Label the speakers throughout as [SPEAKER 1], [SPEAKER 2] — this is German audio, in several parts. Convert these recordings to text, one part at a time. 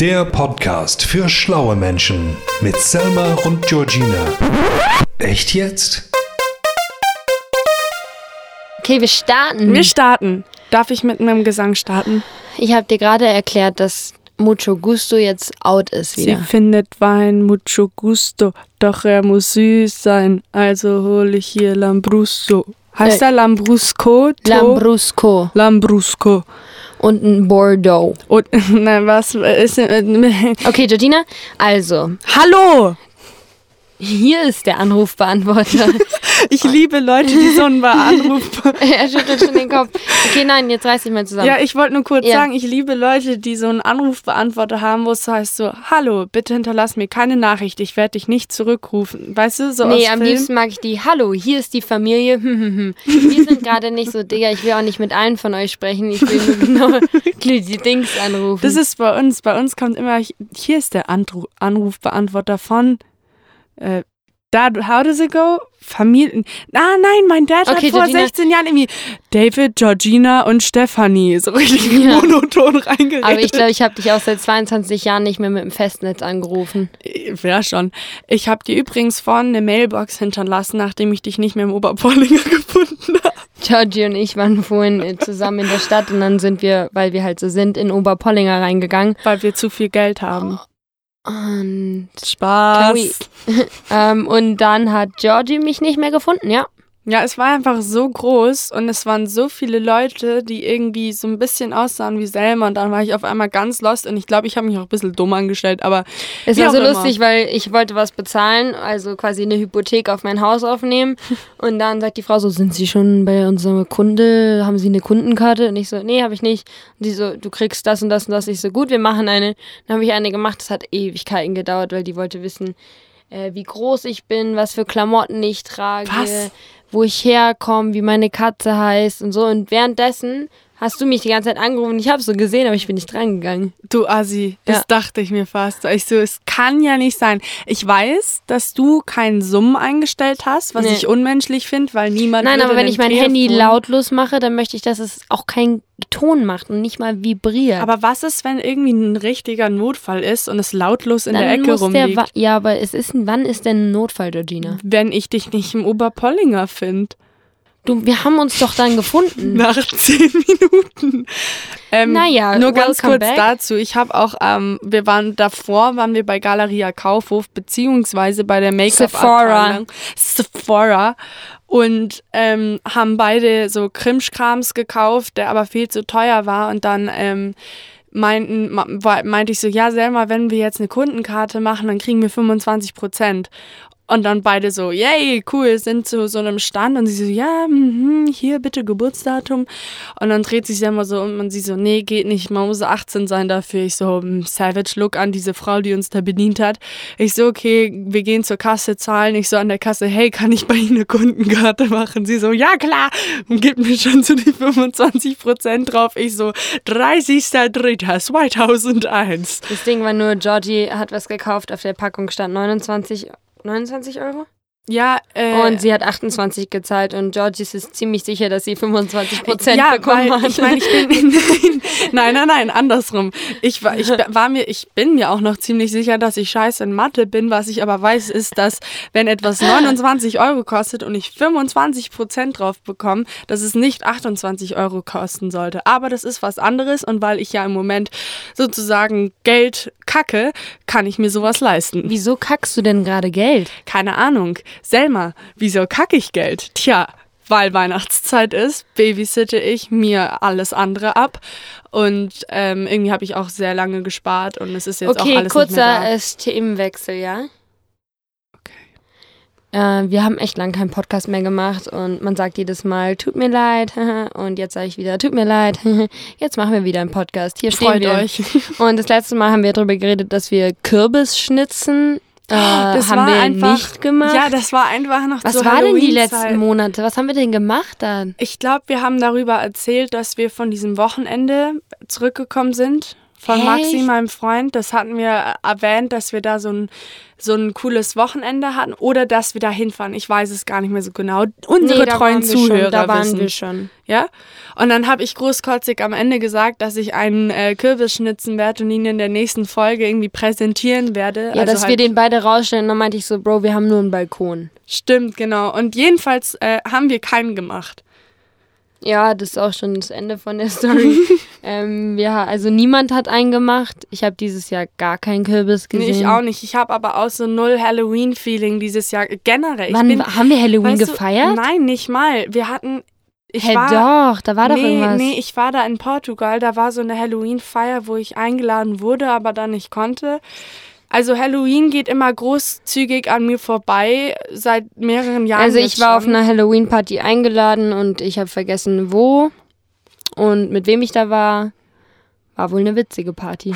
[SPEAKER 1] Der Podcast für schlaue Menschen mit Selma und Georgina. Echt jetzt?
[SPEAKER 2] Okay, wir starten.
[SPEAKER 3] Wir starten. Darf ich mit meinem Gesang starten?
[SPEAKER 2] ich habe dir gerade erklärt, dass Mucho Gusto jetzt out ist wieder.
[SPEAKER 3] Sie findet Wein mucho gusto, doch er muss süß sein, also hole ich hier Lambrusco. Heißt
[SPEAKER 2] Äh,
[SPEAKER 3] er Lambrusco? To-
[SPEAKER 2] Lambrusco
[SPEAKER 3] Lambrusco.
[SPEAKER 2] und ein Bordeaux.
[SPEAKER 3] Und, nein, was äh, ist denn-
[SPEAKER 2] Okay, Georgina, also,
[SPEAKER 3] Hallo!
[SPEAKER 2] hier ist der Anrufbeantworter.
[SPEAKER 3] Ich liebe Leute, die so einen Anruf.
[SPEAKER 2] er schüttelt schon den Kopf. Okay, nein, jetzt reiß dich mal zusammen.
[SPEAKER 3] Ja, ich wollte nur kurz
[SPEAKER 2] Ja.
[SPEAKER 3] sagen, ich liebe Leute, die so einen Anrufbeantworter haben, wo es heißt so, hallo, bitte hinterlass mir keine Nachricht, ich werde dich nicht zurückrufen. Weißt du, so
[SPEAKER 2] Nee,
[SPEAKER 3] aus
[SPEAKER 2] am
[SPEAKER 3] Film.
[SPEAKER 2] liebsten mag ich die. Hallo, hier ist die Familie. Hm, hm, hm. Wir sind gerade nicht so, Digga, ich will auch nicht mit allen von euch sprechen. Ich will nur genau die Dings anrufen.
[SPEAKER 3] Das ist bei uns. Bei uns kommt immer, hier ist der Andru Anrufbeantworter von äh, Dad, how does it go? Familien. Ah, nein, mein Dad
[SPEAKER 2] Okay,
[SPEAKER 3] hat vor
[SPEAKER 2] Georgina.
[SPEAKER 3] 16 Jahren irgendwie David, Georgina und Stephanie so richtig
[SPEAKER 2] Ja.
[SPEAKER 3] monoton reingeredet.
[SPEAKER 2] Aber ich glaube, ich habe dich auch seit 22 Jahren nicht mehr mit dem Festnetz angerufen.
[SPEAKER 3] Ja, schon. Ich habe dir übrigens vorhin eine Mailbox hinterlassen, nachdem ich dich nicht mehr im Oberpollinger gefunden habe.
[SPEAKER 2] Georgie und ich waren vorhin äh, zusammen in der Stadt und dann sind wir, weil wir halt so sind, in Oberpollinger reingegangen.
[SPEAKER 3] Weil wir zu viel Geld haben.
[SPEAKER 2] Und, Chloe.
[SPEAKER 3] Spaß.
[SPEAKER 2] ähm, und dann hat Georgie mich nicht mehr gefunden, ja.
[SPEAKER 3] Ja, es war einfach so groß und es waren so viele Leute, die irgendwie so ein bisschen aussahen wie Selma und dann war ich auf einmal ganz lost und ich glaube, ich habe mich auch ein bisschen dumm angestellt, aber
[SPEAKER 2] Es
[SPEAKER 3] Wie
[SPEAKER 2] war so
[SPEAKER 3] auch immer.
[SPEAKER 2] lustig, weil ich wollte was bezahlen, also quasi eine Hypothek auf mein Haus aufnehmen. Und dann sagt die Frau so, sind Sie schon bei unserem Kunde? Haben Sie eine Kundenkarte? Und ich so, nee, habe ich nicht. Und die so, du kriegst das und das und das. Ich so, gut, wir machen eine. Dann habe ich eine gemacht. Das hat Ewigkeiten gedauert, weil die wollte wissen, äh, wie groß ich bin, was für Klamotten ich trage,
[SPEAKER 3] Was?
[SPEAKER 2] wo ich herkomme, wie meine Katze heißt und so. Und währenddessen hast du mich die ganze Zeit angerufen. Ich habe so gesehen, aber ich bin nicht drangegangen.
[SPEAKER 3] du Asi,
[SPEAKER 2] Ja.
[SPEAKER 3] das dachte ich mir fast. Ich so, es kann ja nicht sein. Ich weiß, dass du keinen Summen eingestellt hast, was
[SPEAKER 2] Nee.
[SPEAKER 3] ich unmenschlich finde, weil niemand.
[SPEAKER 2] Nein,
[SPEAKER 3] würde
[SPEAKER 2] aber wenn
[SPEAKER 3] den
[SPEAKER 2] ich mein
[SPEAKER 3] Telefon-
[SPEAKER 2] Handy lautlos mache, dann möchte ich, dass es auch keinen Ton macht und nicht mal vibriert.
[SPEAKER 3] Aber was ist, wenn irgendwie ein richtiger Notfall ist und es lautlos in
[SPEAKER 2] dann
[SPEAKER 3] der Ecke
[SPEAKER 2] muss der
[SPEAKER 3] rumliegt?
[SPEAKER 2] Wa- Ja, aber es ist ein, wann ist denn ein Notfall, Georgina?
[SPEAKER 3] wenn ich dich nicht im Oberpollinger finde.
[SPEAKER 2] Du, wir haben uns doch dann gefunden.
[SPEAKER 3] nach zehn Minuten. Ähm,
[SPEAKER 2] Naja,
[SPEAKER 3] nur ganz
[SPEAKER 2] welcome
[SPEAKER 3] kurz
[SPEAKER 2] back.
[SPEAKER 3] dazu. Ich habe auch, ähm, wir waren davor, waren wir bei Galeria Kaufhof beziehungsweise bei der Make-up
[SPEAKER 2] Sephora.
[SPEAKER 3] Abteilung. Sephora und ähm, haben beide so Krimskrams gekauft, der aber viel zu teuer war und dann ähm, meinten, ma- wa- meinte ich so, ja Selma, wenn wir jetzt eine Kundenkarte machen, dann kriegen wir 25 Prozent. Und dann beide so, yay, cool, sind zu so einem Stand und sie so, ja, mhm, hier bitte Geburtsdatum. Und dann dreht sich Selma so um und sie so, nee, geht nicht, man muss 18 sein dafür. Ich so, hm, savage look an diese Frau, die uns da bedient hat. Ich so, okay, wir gehen zur Kasse zahlen. Ich so an der Kasse, hey, kann ich bei Ihnen eine Kundenkarte machen? Sie so, ja klar, und gibt mir schon so die 25 Prozent drauf. Ich so, 30.03.2001.
[SPEAKER 2] Das Ding war nur, Georgie hat was gekauft, auf der Packung stand 29, 29 Euro?
[SPEAKER 3] Ja, äh,
[SPEAKER 2] Und sie hat 28 gezahlt und Georgie ist es ziemlich sicher, dass sie 25 Prozent
[SPEAKER 3] ja,
[SPEAKER 2] bekommen
[SPEAKER 3] weil,
[SPEAKER 2] hat.
[SPEAKER 3] Ich meine, ich bin. nein, nein, nein, andersrum. Ich, war, ich, war mir, ich bin mir auch noch ziemlich sicher, dass ich scheiße in Mathe bin. Was ich aber weiß, ist, dass, wenn etwas 29 Euro kostet und ich 25 Prozent drauf bekomme, dass es nicht 28 Euro kosten sollte. Aber das ist was anderes und weil ich ja im Moment sozusagen Geld kacke, kann ich mir sowas leisten.
[SPEAKER 2] Wieso kackst du denn gerade Geld?
[SPEAKER 3] Keine Ahnung. Selma, wieso kacke ich Geld? Tja, weil Weihnachtszeit ist, babysitte ich mir alles andere ab. Und ähm, irgendwie habe ich auch sehr lange gespart und es ist jetzt auch
[SPEAKER 2] okay,
[SPEAKER 3] alles nicht mehr
[SPEAKER 2] kurzer
[SPEAKER 3] da.
[SPEAKER 2] äh, Themenwechsel, ja? Äh, wir haben echt lange keinen Podcast mehr gemacht und man sagt jedes Mal, tut mir leid. Und jetzt sage ich wieder, tut mir leid. Jetzt machen wir wieder einen Podcast. Hier stehen
[SPEAKER 3] Freut
[SPEAKER 2] wir.
[SPEAKER 3] euch.
[SPEAKER 2] Und das letzte Mal haben wir darüber geredet, dass wir Kürbis schnitzen. Äh,
[SPEAKER 3] Ah, Das
[SPEAKER 2] haben
[SPEAKER 3] war
[SPEAKER 2] wir
[SPEAKER 3] einfach-
[SPEAKER 2] nicht gemacht.
[SPEAKER 3] Ja, das war einfach noch
[SPEAKER 2] Was
[SPEAKER 3] zur
[SPEAKER 2] war denn die letzten
[SPEAKER 3] Halloween-Zeit.
[SPEAKER 2] Monate? Was haben wir denn gemacht dann?
[SPEAKER 3] Ich glaube, wir haben darüber erzählt, dass wir von diesem Wochenende zurückgekommen sind. von Maxi,
[SPEAKER 2] Echt?
[SPEAKER 3] meinem Freund. Das hatten wir erwähnt, dass wir da so ein, so ein cooles Wochenende hatten oder dass wir da hinfahren. Ich weiß es gar nicht mehr so genau. Unsere
[SPEAKER 2] da
[SPEAKER 3] treuen
[SPEAKER 2] waren wir schon,
[SPEAKER 3] Zuhörer
[SPEAKER 2] da waren
[SPEAKER 3] wissen.
[SPEAKER 2] wir schon.
[SPEAKER 3] Ja? Und dann habe ich großkotzig am Ende gesagt, dass ich einen äh, Kürbis schnitzen werde und ihn in der nächsten Folge irgendwie präsentieren werde.
[SPEAKER 2] Ja,
[SPEAKER 3] also
[SPEAKER 2] dass
[SPEAKER 3] halt,
[SPEAKER 2] wir den beide rausstellen. Dann meinte ich so, Bro, wir haben nur einen Balkon.
[SPEAKER 3] Stimmt, genau. Und jedenfalls äh, haben wir keinen gemacht.
[SPEAKER 2] Ja, das ist auch schon das Ende von der Story. ähm, ja, also niemand hat einen gemacht. Ich habe dieses Jahr gar keinen Kürbis gesehen.
[SPEAKER 3] Nee, ich auch nicht. Ich habe aber auch so null Halloween-Feeling dieses Jahr. Generell. Ich
[SPEAKER 2] Wann
[SPEAKER 3] bin,
[SPEAKER 2] haben wir Halloween
[SPEAKER 3] weißt du,
[SPEAKER 2] gefeiert?
[SPEAKER 3] nein, nicht mal. Wir hatten. Ich
[SPEAKER 2] Hä,
[SPEAKER 3] war,
[SPEAKER 2] doch, da war doch
[SPEAKER 3] nee,
[SPEAKER 2] irgendwas.
[SPEAKER 3] Nee, ich war da in Portugal. Da war so eine Halloween-Feier, wo ich eingeladen wurde, aber dann nicht konnte. Also Halloween geht immer großzügig an mir vorbei seit mehreren Jahren.
[SPEAKER 2] also
[SPEAKER 3] jetzt
[SPEAKER 2] ich war auf
[SPEAKER 3] schon.
[SPEAKER 2] einer Halloween-Party eingeladen und ich habe vergessen, wo und mit wem ich da war. War wohl eine witzige Party.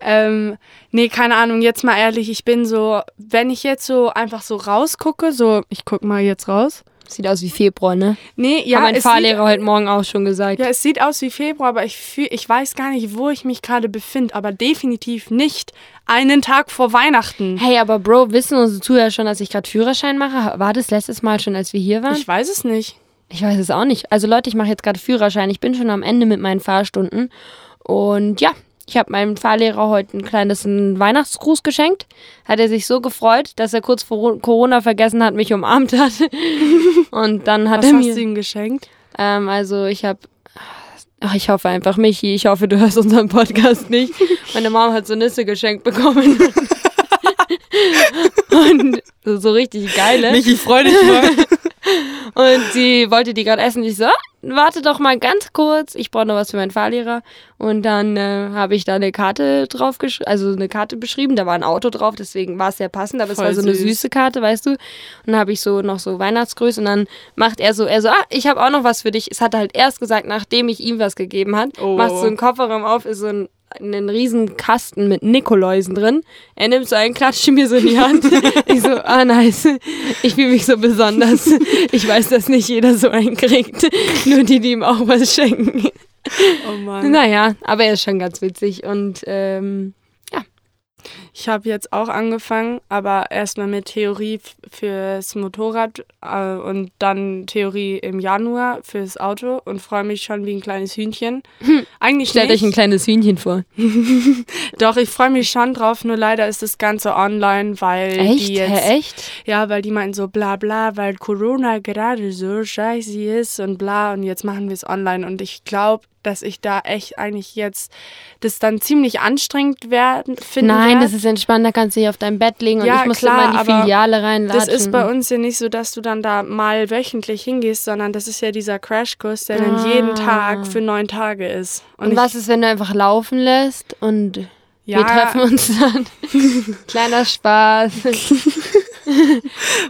[SPEAKER 3] Ähm, nee, keine Ahnung, jetzt mal ehrlich, ich bin so, wenn ich jetzt so einfach so rausgucke, so, ich guck mal jetzt raus.
[SPEAKER 2] Sieht aus wie Februar, ne?
[SPEAKER 3] Nee,
[SPEAKER 2] Ja,
[SPEAKER 3] ja,
[SPEAKER 2] Hat mein
[SPEAKER 3] es sieht,
[SPEAKER 2] Fahrlehrer heute Morgen auch schon gesagt.
[SPEAKER 3] ja, es sieht aus wie Februar, aber ich fühl, ich weiß gar nicht, wo ich mich gerade befinde, aber definitiv nicht einen Tag vor Weihnachten.
[SPEAKER 2] Hey, aber Bro, wissen unsere Zuhörer schon, dass ich gerade Führerschein mache? War das letztes Mal schon, als wir hier waren?
[SPEAKER 3] Ich weiß es nicht.
[SPEAKER 2] Ich weiß es auch nicht. Also Leute, ich mache jetzt gerade Führerschein. Ich bin schon am Ende mit meinen Fahrstunden. Und ja, ich habe meinem Fahrlehrer heute ein kleines einen Weihnachtsgruß geschenkt. Hat er sich so gefreut, dass er kurz vor Ro- Corona vergessen hat, mich umarmt hat. Und dann hat
[SPEAKER 3] Was
[SPEAKER 2] er
[SPEAKER 3] hast
[SPEAKER 2] mir...
[SPEAKER 3] du ihm geschenkt?
[SPEAKER 2] Ähm, also ich habe... Ach, ich hoffe einfach, Michi, ich hoffe, du hörst unseren Podcast nicht. Meine Mom hat so Nüsse geschenkt bekommen. Und so so richtig geile.
[SPEAKER 3] Michi, freu dich mal.
[SPEAKER 2] Und sie wollte die gerade essen. Ich so, ah, warte doch mal ganz kurz. Ich brauche noch was für meinen Fahrlehrer. Und dann äh, habe ich da eine Karte drauf, gesch- also eine Karte beschrieben. Da war ein Auto drauf, deswegen war es sehr passend. Aber
[SPEAKER 3] Voll
[SPEAKER 2] es war so eine
[SPEAKER 3] süß.
[SPEAKER 2] süße Karte, weißt du. Und dann habe ich so noch so Weihnachtsgrüße. Und dann macht er so, er so, ah, ich habe auch noch was für dich. Es hat er halt erst gesagt, nachdem ich ihm was gegeben hat.
[SPEAKER 3] Oh.
[SPEAKER 2] Macht so einen Kofferraum auf, ist so ein einen riesen Kasten mit Nikoläusen drin. Er nimmt so einen, klatscht ihn mir so in die Hand. Ich so, ah nice. Ich fühle mich so besonders. Ich weiß, dass nicht jeder so einen kriegt. Nur die, die ihm auch was schenken.
[SPEAKER 3] oh Mann.
[SPEAKER 2] Naja, aber er ist schon ganz witzig. Und ähm,
[SPEAKER 3] Ich habe jetzt auch angefangen, aber erstmal mit Theorie f- fürs Motorrad äh, und dann Theorie im Januar fürs Auto und freue mich schon wie ein kleines Hühnchen. Eigentlich
[SPEAKER 2] stellt euch Hm. ein
[SPEAKER 3] nicht.
[SPEAKER 2] kleines Hühnchen vor.
[SPEAKER 3] Doch, ich freue mich schon drauf, nur leider ist das Ganze online, weil
[SPEAKER 2] Echt?
[SPEAKER 3] die jetzt.
[SPEAKER 2] Hä, echt?
[SPEAKER 3] Ja, weil die meinten so bla bla, weil Corona gerade so scheiße ist und bla und jetzt machen wir es online und ich glaube, dass ich da echt eigentlich jetzt das dann ziemlich anstrengend werden finden
[SPEAKER 2] Nein,
[SPEAKER 3] werd.
[SPEAKER 2] das ist entspannt. Da kannst du dich auf dein Bett legen und
[SPEAKER 3] Ja,
[SPEAKER 2] ich muss
[SPEAKER 3] klar,
[SPEAKER 2] immer in die
[SPEAKER 3] aber
[SPEAKER 2] Filiale reinladen.
[SPEAKER 3] Das ist bei uns ja nicht so, dass du dann da mal wöchentlich hingehst, sondern das ist ja dieser Crashkurs, der dann jeden Tag für neun Tage ist.
[SPEAKER 2] Ah. Und
[SPEAKER 3] ich-
[SPEAKER 2] was ist, wenn du einfach laufen lässt und wir
[SPEAKER 3] Ja.
[SPEAKER 2] treffen uns dann? Kleiner Spaß.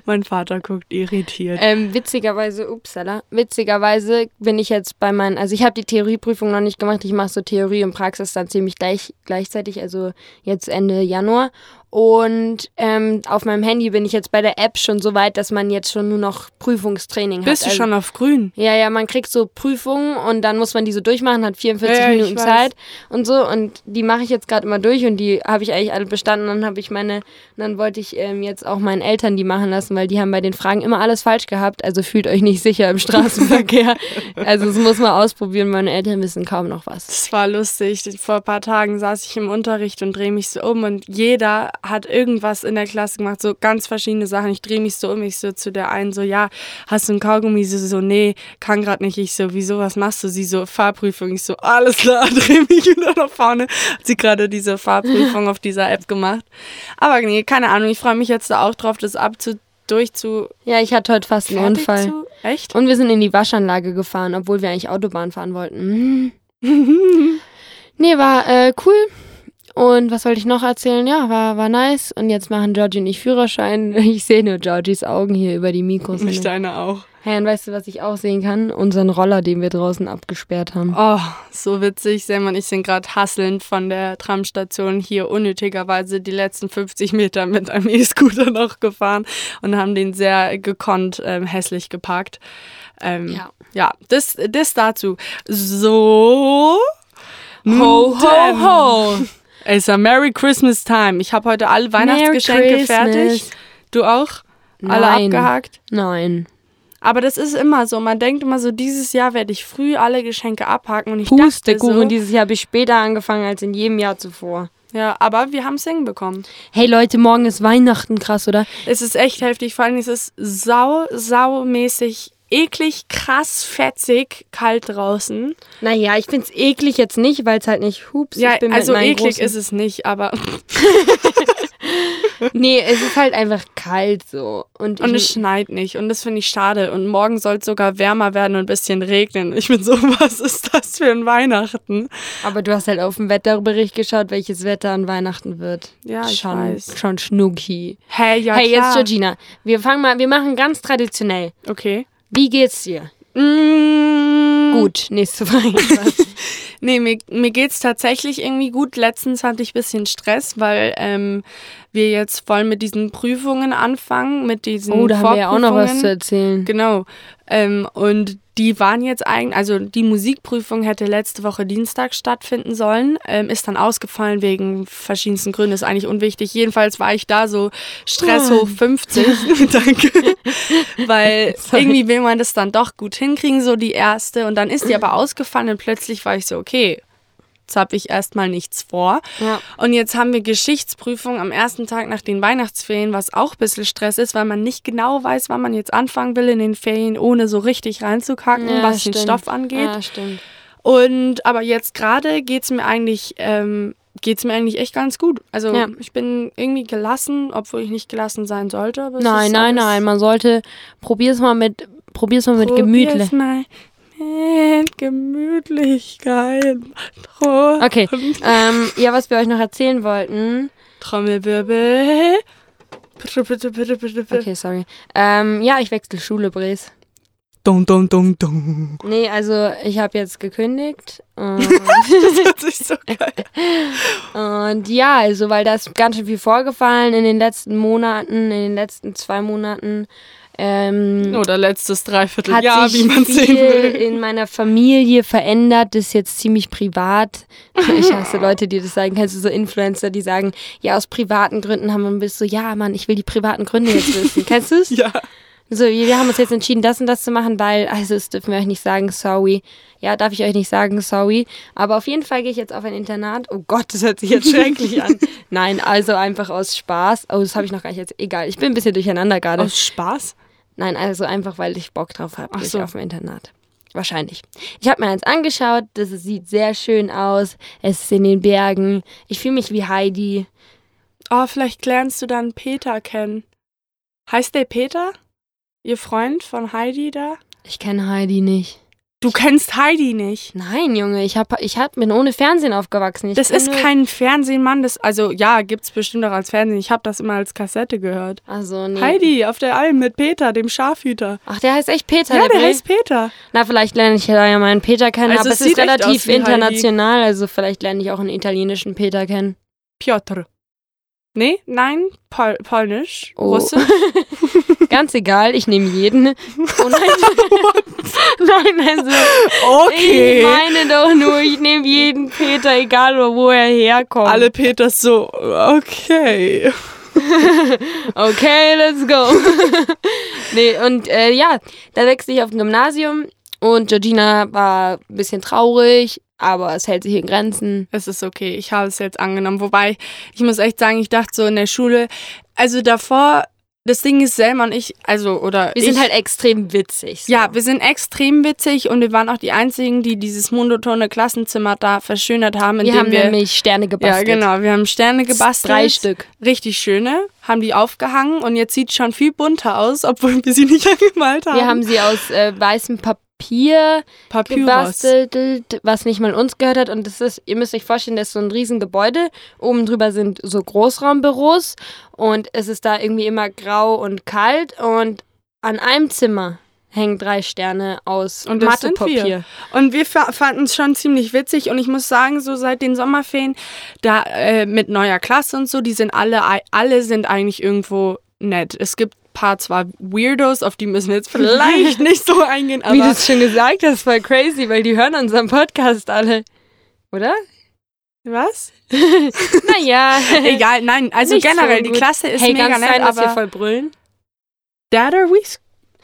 [SPEAKER 3] Mein Vater guckt irritiert.
[SPEAKER 2] Ähm, witzigerweise, upsala, witzigerweise bin ich jetzt bei meinen, also ich habe die Theorieprüfung noch nicht gemacht, ich mache so Theorie und Praxis dann ziemlich gleich, gleichzeitig, also jetzt Ende Januar. Und ähm, auf meinem Handy bin ich jetzt bei der App schon so weit, dass man jetzt schon nur noch Prüfungstraining
[SPEAKER 3] Bist
[SPEAKER 2] hat.
[SPEAKER 3] du
[SPEAKER 2] also,
[SPEAKER 3] schon auf grün?
[SPEAKER 2] ja, ja, man kriegt so Prüfungen und dann muss man die so durchmachen, hat 44
[SPEAKER 3] Ja, ja, ich
[SPEAKER 2] Minuten
[SPEAKER 3] weiß.
[SPEAKER 2] Zeit und so. Und die mache ich jetzt gerade immer durch und die habe ich eigentlich alle bestanden. Dann habe ich meine, dann wollte ich ähm, jetzt auch meinen Eltern die machen lassen, weil die haben bei den Fragen immer alles falsch gehabt. Also fühlt euch nicht sicher im Straßenverkehr. also das muss man ausprobieren. Meine Eltern wissen kaum noch was.
[SPEAKER 3] Das war lustig. Vor ein paar Tagen saß ich im Unterricht und drehe mich so um und jeder hat irgendwas in der Klasse gemacht, so ganz verschiedene Sachen. Ich drehe mich so um, ich so zu der einen so, ja, hast du einen Kaugummi? Sie so, nee, kann grad nicht. Ich so, wieso, was machst du? Sie so, Fahrprüfung. Ich so, alles klar, drehe mich wieder nach vorne. Hat sie gerade diese Fahrprüfung auf dieser App gemacht. Aber nee, keine Ahnung, ich freue mich jetzt da auch drauf, das abzu... durchzu...
[SPEAKER 2] Ja, ich hatte heute fast einen
[SPEAKER 3] fertig
[SPEAKER 2] Unfall.
[SPEAKER 3] Zu, echt?
[SPEAKER 2] Und wir sind in die Waschanlage gefahren, obwohl wir eigentlich Autobahn fahren wollten. nee, war äh, cool. Und was wollte ich noch erzählen? Ja, war, war nice. Und jetzt machen Georgie und ich Führerschein. Ich sehe nur Georgies Augen hier über die Mikros.
[SPEAKER 3] Nicht deine auch.
[SPEAKER 2] Hey, und weißt du, was ich auch sehen kann? Unseren Roller, den wir draußen abgesperrt haben.
[SPEAKER 3] Oh, so witzig. Sam und ich sind gerade hasselnd von der Tramstation hier unnötigerweise die letzten 50 Meter mit einem E-Scooter noch gefahren und haben den sehr gekonnt ähm, hässlich geparkt. Ähm,
[SPEAKER 2] Ja.
[SPEAKER 3] ja, das, das dazu. So.
[SPEAKER 2] Ho, ho, ho.
[SPEAKER 3] Es ist ja Merry Christmas Time. Ich habe heute alle Weihnachtsgeschenke fertig.
[SPEAKER 2] Christmas.
[SPEAKER 3] Du auch? Alle
[SPEAKER 2] Nein.
[SPEAKER 3] abgehakt?
[SPEAKER 2] Nein.
[SPEAKER 3] Aber das ist immer so. Man denkt immer so, dieses Jahr werde ich früh alle Geschenke abhaken. Und ich dachte
[SPEAKER 2] Pustekuchen,
[SPEAKER 3] so,
[SPEAKER 2] dieses Jahr habe ich später angefangen als in jedem Jahr zuvor.
[SPEAKER 3] Ja, aber wir haben es hinbekommen.
[SPEAKER 2] Hey Leute, morgen ist Weihnachten, krass, oder?
[SPEAKER 3] Es ist echt heftig. Vor allem es ist sau, saumäßig eklig, krass, fetzig, kalt draußen.
[SPEAKER 2] Naja, ich find's eklig jetzt nicht, weil es halt nicht hups.
[SPEAKER 3] Ja,
[SPEAKER 2] ich bin
[SPEAKER 3] also
[SPEAKER 2] mit meinen
[SPEAKER 3] eklig
[SPEAKER 2] großen,
[SPEAKER 3] ist es nicht, aber
[SPEAKER 2] Nee, es ist halt einfach kalt so. Und,
[SPEAKER 3] und es
[SPEAKER 2] ich,
[SPEAKER 3] schneit nicht und das finde ich schade. Und morgen soll es sogar wärmer werden und ein bisschen regnen. Ich bin so, was ist das für ein Weihnachten?
[SPEAKER 2] aber du hast halt auf den Wetterbericht geschaut, welches Wetter an Weihnachten wird.
[SPEAKER 3] Ja, ich
[SPEAKER 2] schon,
[SPEAKER 3] weiß.
[SPEAKER 2] schon schnucki.
[SPEAKER 3] Hey, ja
[SPEAKER 2] hey,
[SPEAKER 3] klar.
[SPEAKER 2] jetzt Georgina, wir fangen mal, wir machen ganz traditionell.
[SPEAKER 3] Okay.
[SPEAKER 2] Wie geht's dir?
[SPEAKER 3] Mm,
[SPEAKER 2] Gut, nächste Frage.
[SPEAKER 3] Nee, mir, mir geht's tatsächlich irgendwie gut. Letztens hatte ich bisschen Stress, weil ähm, wir jetzt voll mit diesen Prüfungen anfangen, mit diesen
[SPEAKER 2] oh, da haben wir ja auch noch was
[SPEAKER 3] Vorprüfungen.
[SPEAKER 2] zu erzählen.
[SPEAKER 3] Genau. Ähm, und die waren jetzt eigentlich, also die Musikprüfung hätte letzte Woche Dienstag stattfinden sollen, ähm, ist dann ausgefallen wegen verschiedensten Gründen, ist eigentlich unwichtig. Jedenfalls war ich da so Stress hoch 50, danke, weil
[SPEAKER 2] Sorry.
[SPEAKER 3] irgendwie will man das dann doch gut hinkriegen, so die erste. Und dann ist die aber ausgefallen und plötzlich war ich so, okay, jetzt habe ich erstmal nichts vor.
[SPEAKER 2] Ja.
[SPEAKER 3] Und jetzt haben wir Geschichtsprüfung am ersten Tag nach den Weihnachtsferien, was auch ein bisschen Stress ist, weil man nicht genau weiß, wann man jetzt anfangen will in den Ferien, ohne so richtig reinzukacken,
[SPEAKER 2] Ja,
[SPEAKER 3] was den
[SPEAKER 2] stimmt.
[SPEAKER 3] Stoff angeht.
[SPEAKER 2] Ja, Ah, stimmt.
[SPEAKER 3] Und aber jetzt gerade geht's mir eigentlich, ähm, geht's mir eigentlich echt ganz gut. Also
[SPEAKER 2] Ja.
[SPEAKER 3] ich bin irgendwie gelassen, obwohl ich nicht gelassen sein sollte. Aber es
[SPEAKER 2] Nein,
[SPEAKER 3] ist
[SPEAKER 2] nein,
[SPEAKER 3] alles-
[SPEAKER 2] nein. Man sollte, probier's mal mit, probier's mal mit
[SPEAKER 3] Probier's
[SPEAKER 2] Gemütlich.
[SPEAKER 3] mal Mit Gemütlichkeit. Tro
[SPEAKER 2] Okay. ähm, ja, was wir euch noch erzählen wollten.
[SPEAKER 3] Trommelwirbel. Bitte, bitte, bitte, bitte, bitte.
[SPEAKER 2] Okay, sorry. Ähm, ja, ich wechsle Schule, Bres.
[SPEAKER 3] Dum, dum, dum, dum.
[SPEAKER 2] Nee, also ich habe jetzt gekündigt. ähm, Und,
[SPEAKER 3] Das ist so geil.
[SPEAKER 2] und ja, also weil da ist ganz schön viel vorgefallen in den letzten Monaten, in den letzten zwei Monaten. Ähm,
[SPEAKER 3] Oder letztes
[SPEAKER 2] hat
[SPEAKER 3] Dreivierteljahr,
[SPEAKER 2] sich
[SPEAKER 3] wie man
[SPEAKER 2] viel
[SPEAKER 3] sehen will.
[SPEAKER 2] in meiner Familie verändert. Das ist jetzt ziemlich privat. Ich hasse Leute, die das sagen. Kennst du so Influencer, die sagen, ja, aus privaten Gründen haben wir ein bisschen so, ja, Mann, ich will die privaten Gründe jetzt wissen. Kennst du es?
[SPEAKER 3] Ja.
[SPEAKER 2] So, wir haben uns jetzt entschieden, das und das zu machen, weil, also, das dürfen wir euch nicht sagen, sorry. Ja, darf ich euch nicht sagen, sorry. Aber auf jeden Fall gehe ich jetzt auf ein Internat. Oh Gott, das hört sich jetzt schrecklich an. Nein, also einfach aus Spaß. Oh, das habe ich noch gar nicht jetzt. Egal, ich bin ein bisschen durcheinander gerade.
[SPEAKER 3] Aus Spaß?
[SPEAKER 2] Nein, also einfach, weil ich Bock drauf habe,
[SPEAKER 3] Ach
[SPEAKER 2] nicht
[SPEAKER 3] so.
[SPEAKER 2] auf dem Internat. Wahrscheinlich. Ich habe mir eins angeschaut, das sieht sehr schön aus. Es ist in den Bergen. Ich fühle mich wie Heidi.
[SPEAKER 3] Oh, vielleicht lernst du dann Peter kennen. Heißt der Peter? Ihr Freund von Heidi da?
[SPEAKER 2] Ich kenne Heidi nicht.
[SPEAKER 3] Du kennst Heidi nicht.
[SPEAKER 2] Nein, Junge, ich, hab, ich hab, bin ohne Fernsehen aufgewachsen. Ich
[SPEAKER 3] Das
[SPEAKER 2] bin
[SPEAKER 3] ist
[SPEAKER 2] nur-
[SPEAKER 3] kein Fernsehmann. Das, also ja, gibt's bestimmt auch als Fernsehen. Ich habe das immer als Kassette gehört.
[SPEAKER 2] Also, nee.
[SPEAKER 3] Heidi auf der Alm mit Peter, dem Schafhüter.
[SPEAKER 2] Ach, der heißt echt Peter.
[SPEAKER 3] Ja, der
[SPEAKER 2] Brill.
[SPEAKER 3] heißt Peter.
[SPEAKER 2] Na, vielleicht lerne ich da ja meinen Peter kennen,
[SPEAKER 3] Also,
[SPEAKER 2] aber
[SPEAKER 3] es
[SPEAKER 2] es ist
[SPEAKER 3] sieht echt
[SPEAKER 2] relativ
[SPEAKER 3] aus wie Heidi.
[SPEAKER 2] international, also vielleicht lerne ich auch einen italienischen Peter kennen.
[SPEAKER 3] Piotr. Nee, nein, Pol polnisch,
[SPEAKER 2] Oh.
[SPEAKER 3] russisch.
[SPEAKER 2] Ganz egal, ich nehme jeden. Oh nein. nein, also. Ich meine doch nur, ich nehme jeden Peter, egal wo er herkommt.
[SPEAKER 3] Alle Peters so, okay.
[SPEAKER 2] Okay, let's go. nee, und äh, ja, da wechsle ich auf ein Gymnasium und Georgina war ein bisschen traurig, aber es hält sich in Grenzen.
[SPEAKER 3] Es ist okay, ich habe es jetzt angenommen. Wobei, ich muss echt sagen, ich dachte so in der Schule, also davor, das Ding ist, Selma und ich, also, oder.
[SPEAKER 2] Wir
[SPEAKER 3] ich,
[SPEAKER 2] sind halt extrem witzig. So.
[SPEAKER 3] Ja, wir sind extrem witzig und wir waren auch die Einzigen, die dieses monotone Klassenzimmer da verschönert haben, indem
[SPEAKER 2] wir haben
[SPEAKER 3] wir.
[SPEAKER 2] nämlich Sterne gebastelt.
[SPEAKER 3] Ja, genau, wir haben Sterne gebastelt.
[SPEAKER 2] Drei Stück.
[SPEAKER 3] Richtig schöne, haben die aufgehangen und jetzt sieht schon viel bunter aus, obwohl wir sie nicht angemalt haben.
[SPEAKER 2] Wir haben sie aus äh, weißem Papier
[SPEAKER 3] Papyrus.
[SPEAKER 2] gebastelt, was nicht mal uns gehört hat. Und das ist, ihr müsst euch vorstellen, das ist so ein Riesengebäude. Oben drüber sind so Großraumbüros und es ist da irgendwie immer grau und kalt. Und an einem Zimmer hängen drei Sterne aus
[SPEAKER 3] Und das sind
[SPEAKER 2] Mathepapier.
[SPEAKER 3] wir. Und wir fanden es schon ziemlich witzig. Und ich muss sagen, so seit den Sommerferien, da äh, mit neuer Klasse und so, die sind alle, alle sind eigentlich irgendwo nett. Es gibt ein paar zwar Weirdos, auf die müssen wir jetzt vielleicht nicht so eingehen,
[SPEAKER 2] Wie du
[SPEAKER 3] aber
[SPEAKER 2] es schon gesagt hast, voll crazy, weil die hören unseren Podcast alle. Oder?
[SPEAKER 3] Was?
[SPEAKER 2] Naja.
[SPEAKER 3] Egal, nein, also
[SPEAKER 2] Nicht so
[SPEAKER 3] generell, die
[SPEAKER 2] gut.
[SPEAKER 3] Klasse ist
[SPEAKER 2] hey,
[SPEAKER 3] mega
[SPEAKER 2] ganz
[SPEAKER 3] nett,
[SPEAKER 2] sein, dass wir
[SPEAKER 3] aber
[SPEAKER 2] voll brüllen.
[SPEAKER 3] Dad are we? sc-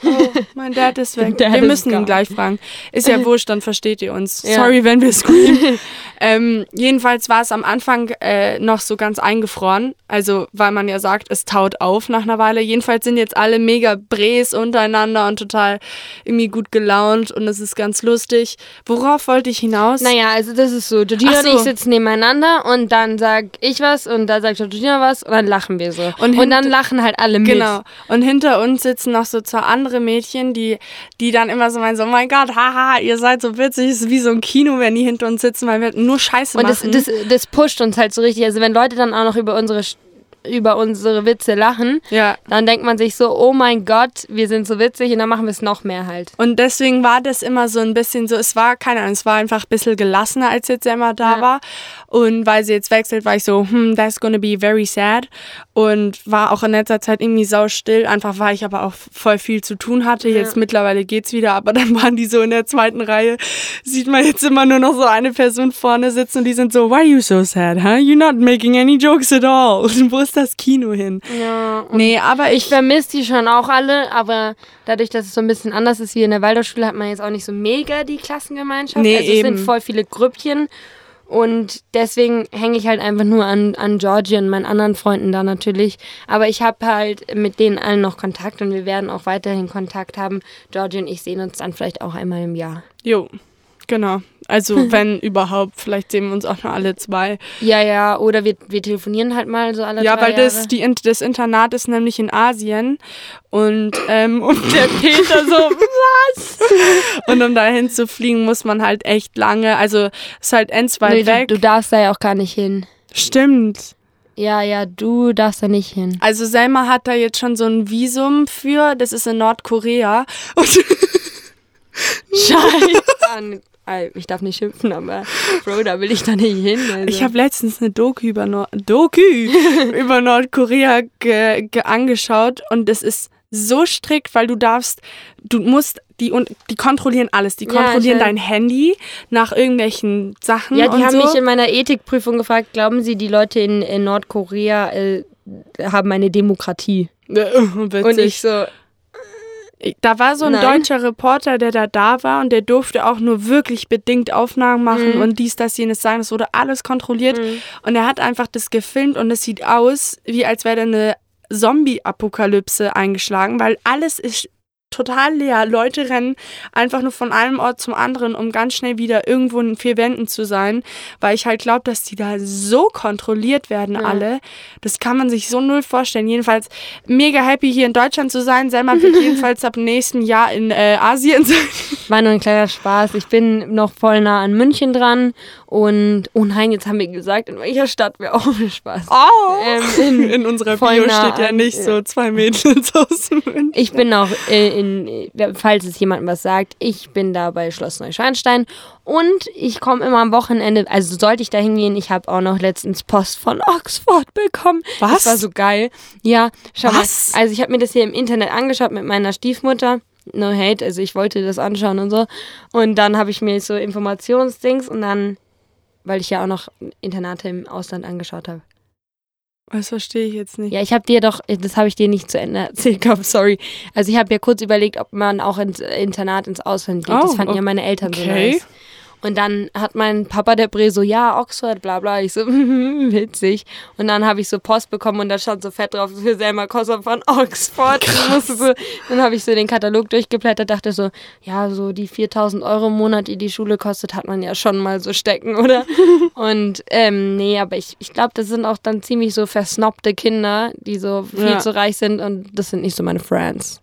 [SPEAKER 3] Oh, mein Dad ist weg.
[SPEAKER 2] Dad
[SPEAKER 3] wir
[SPEAKER 2] is
[SPEAKER 3] müssen ihn
[SPEAKER 2] gone.
[SPEAKER 3] gleich fragen. Ist ja wurscht, dann versteht ihr uns.
[SPEAKER 2] Ja.
[SPEAKER 3] Sorry, wenn wir screamen. ähm, jedenfalls war es am Anfang äh, noch so ganz eingefroren. Also, weil man ja sagt, es taut auf nach einer Weile. Jedenfalls sind jetzt alle mega bres untereinander und total irgendwie gut gelaunt und es ist ganz lustig. Worauf wollte ich hinaus?
[SPEAKER 2] Naja, also das ist so. Georgina
[SPEAKER 3] Ach so.
[SPEAKER 2] und ich sitzen nebeneinander und dann sag ich was und dann sagt Georgina was und dann lachen wir so.
[SPEAKER 3] Und
[SPEAKER 2] Und,
[SPEAKER 3] hint-
[SPEAKER 2] dann lachen halt alle mit.
[SPEAKER 3] Genau. Und hinter uns sitzen noch so zwei andere Mädchen, die, die dann immer so meinen, so, oh mein Gott, haha, ihr seid so witzig, es ist wie so ein Kino, wenn die hinter uns sitzen, weil wir nur Scheiße
[SPEAKER 2] Und das,
[SPEAKER 3] machen.
[SPEAKER 2] das, das pusht uns halt so richtig. Also wenn Leute dann auch noch über unsere, Sch- über unsere Witze lachen,
[SPEAKER 3] ja.
[SPEAKER 2] dann denkt man sich so, oh mein Gott, wir sind so witzig und dann machen wir es noch mehr halt.
[SPEAKER 3] Und deswegen war das immer so ein bisschen so, es war, keine Ahnung, es war einfach ein bisschen gelassener, als jetzt Emma da
[SPEAKER 2] Ja.
[SPEAKER 3] war. Und weil sie jetzt wechselt, war ich so, hm, that's gonna be very sad. Und war auch in letzter Zeit irgendwie saustill, einfach weil ich aber auch voll viel zu tun hatte. Jetzt mittlerweile geht's wieder, aber dann waren die so in der zweiten Reihe, sieht man jetzt immer nur noch so eine Person vorne sitzen und die sind so, why are you so sad, huh? You're not making any jokes at all. Und wo ist das Kino hin?
[SPEAKER 2] Ja,
[SPEAKER 3] Nee, aber
[SPEAKER 2] Ich vermisse die schon auch alle, aber dadurch, dass es so ein bisschen anders ist wie in der Waldorfschule, hat man jetzt auch nicht so mega die Klassengemeinschaft.
[SPEAKER 3] Nee,
[SPEAKER 2] also
[SPEAKER 3] eben.
[SPEAKER 2] es sind voll viele Grüppchen und deswegen hänge ich halt einfach nur an, an Georgie und meinen anderen Freunden da natürlich. Aber ich habe halt mit denen allen noch Kontakt und wir werden auch weiterhin Kontakt haben. Georgie und ich sehen uns dann vielleicht auch einmal im Jahr.
[SPEAKER 3] Jo, genau. Also wenn überhaupt, vielleicht sehen wir uns auch noch alle zwei.
[SPEAKER 2] Ja, ja, oder wir, wir telefonieren halt mal so alle
[SPEAKER 3] ja,
[SPEAKER 2] drei
[SPEAKER 3] weil das,
[SPEAKER 2] Jahre.
[SPEAKER 3] die, In- das Internat ist nämlich in Asien und, ähm, und der Peter so, was? Und um dahin zu fliegen, muss man halt echt lange, also ist halt ends weit
[SPEAKER 2] Nee, du,
[SPEAKER 3] weg.
[SPEAKER 2] du darfst da ja auch gar nicht hin.
[SPEAKER 3] Stimmt.
[SPEAKER 2] Ja, ja, du darfst da nicht hin.
[SPEAKER 3] Also Selma hat da jetzt schon so ein Visum für, das ist in Nordkorea. Und
[SPEAKER 2] Scheiße. An- Ey, Ich darf nicht schimpfen, aber Bro, da will ich da nicht hin. Also.
[SPEAKER 3] Ich habe letztens eine Doku über, Nor Doku über Nordkorea ge ge angeschaut und es ist so strikt, weil du darfst, du musst, die, und die kontrollieren alles. Die
[SPEAKER 2] Ja, ich
[SPEAKER 3] kontrollieren
[SPEAKER 2] weiß.
[SPEAKER 3] dein Handy nach irgendwelchen Sachen.
[SPEAKER 2] ja, die
[SPEAKER 3] und
[SPEAKER 2] haben
[SPEAKER 3] so.
[SPEAKER 2] mich in meiner Ethikprüfung gefragt, glauben Sie, die Leute in, in Nordkorea äh, haben eine Demokratie?
[SPEAKER 3] Witzig.
[SPEAKER 2] Und ich so,
[SPEAKER 3] Da war so ein
[SPEAKER 2] Nein.
[SPEAKER 3] deutscher Reporter, der da da war und der durfte auch nur wirklich bedingt Aufnahmen machen
[SPEAKER 2] Mhm.
[SPEAKER 3] und dies, das, jenes sagen. Es wurde alles kontrolliert
[SPEAKER 2] Mhm.
[SPEAKER 3] und er hat einfach das gefilmt und es sieht aus, wie als wäre da eine Zombie-Apokalypse eingeschlagen, weil alles ist total leer. Leute rennen einfach nur von einem Ort zum anderen, um ganz schnell wieder irgendwo in vier Wänden zu sein, weil ich halt glaube, dass die da so kontrolliert werden
[SPEAKER 2] Ja.
[SPEAKER 3] alle. Das kann man sich so null vorstellen. Jedenfalls mega happy hier in Deutschland zu sein. Selma wird jedenfalls ab nächsten Jahr in äh, Asien sein.
[SPEAKER 2] war nur ein kleiner Spaß. Ich bin noch voll nah an München dran. Und, oh nein, jetzt haben wir gesagt, in welcher Stadt wir auch Spaß.
[SPEAKER 3] Oh.
[SPEAKER 2] Ähm, in-
[SPEAKER 3] in unserer
[SPEAKER 2] voll
[SPEAKER 3] Bio
[SPEAKER 2] nah
[SPEAKER 3] steht ja
[SPEAKER 2] an-
[SPEAKER 3] nicht
[SPEAKER 2] ja.
[SPEAKER 3] so zwei Mädels aus München.
[SPEAKER 2] Ich bin auch äh, in, äh, falls es jemand was sagt, ich bin da bei Schloss Neuschwanstein und ich komme immer am Wochenende, also sollte ich da hingehen, ich habe auch noch letztens Post von Oxford bekommen.
[SPEAKER 3] Was?
[SPEAKER 2] Das war so geil. Ja, schau
[SPEAKER 3] Was?
[SPEAKER 2] mal. Also ich habe mir das hier im Internet angeschaut mit meiner Stiefmutter. No hate, also ich wollte das anschauen und so. Und dann habe ich mir so Informationsdings und dann, weil ich ja auch noch Internate im Ausland angeschaut habe.
[SPEAKER 3] Das verstehe ich jetzt nicht.
[SPEAKER 2] Ja, ich habe dir doch, das habe ich dir nicht zu Ende erzählt, gehabt, sorry. Also ich habe ja kurz überlegt, ob man auch ins Internat ins Ausland geht.
[SPEAKER 3] Oh,
[SPEAKER 2] das fanden
[SPEAKER 3] ok-
[SPEAKER 2] ja meine Eltern so
[SPEAKER 3] okay.
[SPEAKER 2] nice. Und dann hat mein Papa der Bre so, ja, Oxford, bla bla. Ich so, witzig. Und dann habe ich so Post bekommen und da stand so fett drauf, für Selma Kosser von Oxford. Ich musste So, dann habe ich so den Katalog durchgeblättert, dachte so, ja, so die 4000 Euro im Monat, die die Schule kostet, hat man ja schon mal so stecken, oder? und ähm, nee, aber ich, ich glaube, das sind auch dann ziemlich so versnobte Kinder, die so viel
[SPEAKER 3] Ja.
[SPEAKER 2] zu reich sind und das sind nicht so meine Friends.